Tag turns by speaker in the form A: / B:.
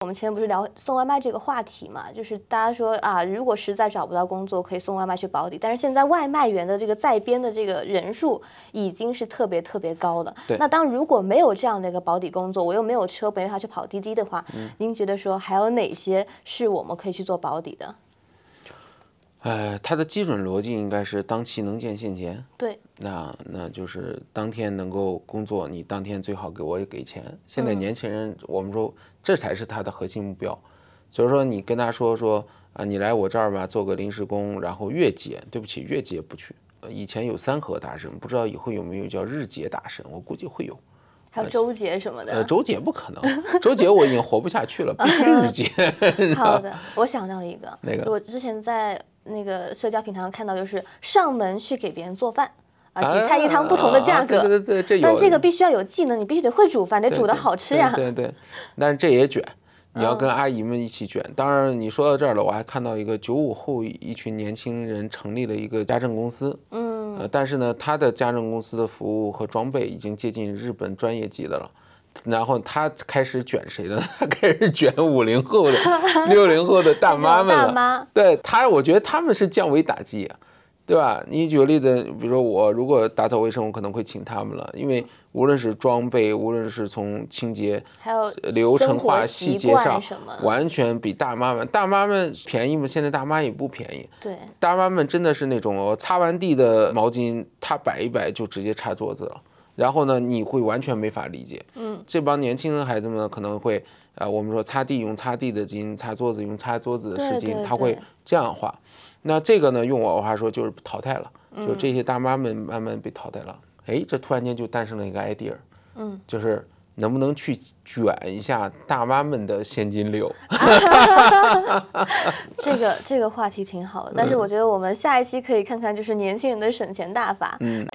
A: 我们之前不是聊送外卖这个话题嘛，就是大家说啊，如果实在找不到工作，可以送外卖去保底。但是现在外卖员的这个在编的这个人数已经是特别特别高的。
B: 对
A: 那当如果没有这样的一个保底工作，我又没有车，没法去跑滴滴的话，
B: 嗯
A: 您觉得说还有哪些是我们可以去做保底的？
B: 呃，它的基准逻辑应该是当期能见现钱，
A: 对，
B: 那那就是当天能够工作，你当天最好给我给钱。现
A: 嗯
B: 在年轻人，我们说这才是他的核心目标，所以说你跟他说说啊，你来我这儿吧，做个临时工，然后月结，对不起，月结不去。呃以前有三和大神，不知道以后有没有叫日结大神，我估计会有。
A: 还有周结什么的。
B: 呃，周结不可能，周结我已经活不下去了，必须日结。
A: 好的，我想到一个，
B: 啊哪个
A: 我之前在那个社交平台上看到，就是上门去给别人做饭 啊，几菜一汤不同的价
B: 啊
A: 格。
B: 对对对，这有。
A: 但这个必须要有技能，你必须得会煮饭，得
B: 对
A: 煮的
B: 对
A: 好吃呀。嗯
B: 对对对，但是这也卷，你要跟阿姨们一起卷。当然，你说到这儿了，我还看到一个九五后一群年轻人成立了一个家政公司，
A: 嗯，
B: 呃，但是呢，他的家政公司的服务和装备已经接近日本专业级的了。然后他开始卷谁呢？ 他开始卷五零后的、六零后的大
A: 这种
B: 妈们了。
A: 大妈，
B: 对他，我觉得他们是降维打击、啊，对吧？你举个例子，比如说我如果打扫卫生，我可能会请他们了，因为无论是装备，无论是从清洁
A: 还有
B: 呃流程
A: 生活
B: 化
A: 习
B: 细节
A: 惯
B: 上
A: 什么，
B: 完全比大妈们，大妈们便宜吗？现在大妈也不便宜，
A: 对，
B: 大妈们真的是那种哦擦完地的毛巾，她摆一摆就直接擦桌子了。然后呢，你会完全没法理解。
A: 嗯，
B: 这帮年轻的孩子们可能会，呃，我们说擦地用擦地的巾，擦桌子用擦桌子的湿
A: 对对
B: 巾，他会
A: 对
B: 这样画。那这个呢，用我话说就是淘汰了，
A: 嗯
B: 就这些大妈们慢慢被淘汰了。哎，这突然间就诞生了一个 idea，
A: 嗯，
B: 就是能不能去卷一下大妈们的现金 流？
A: 这嗯个这个话题挺好的，但是我觉得我们下一期可以看看就是年轻人的省钱大法。
B: 嗯。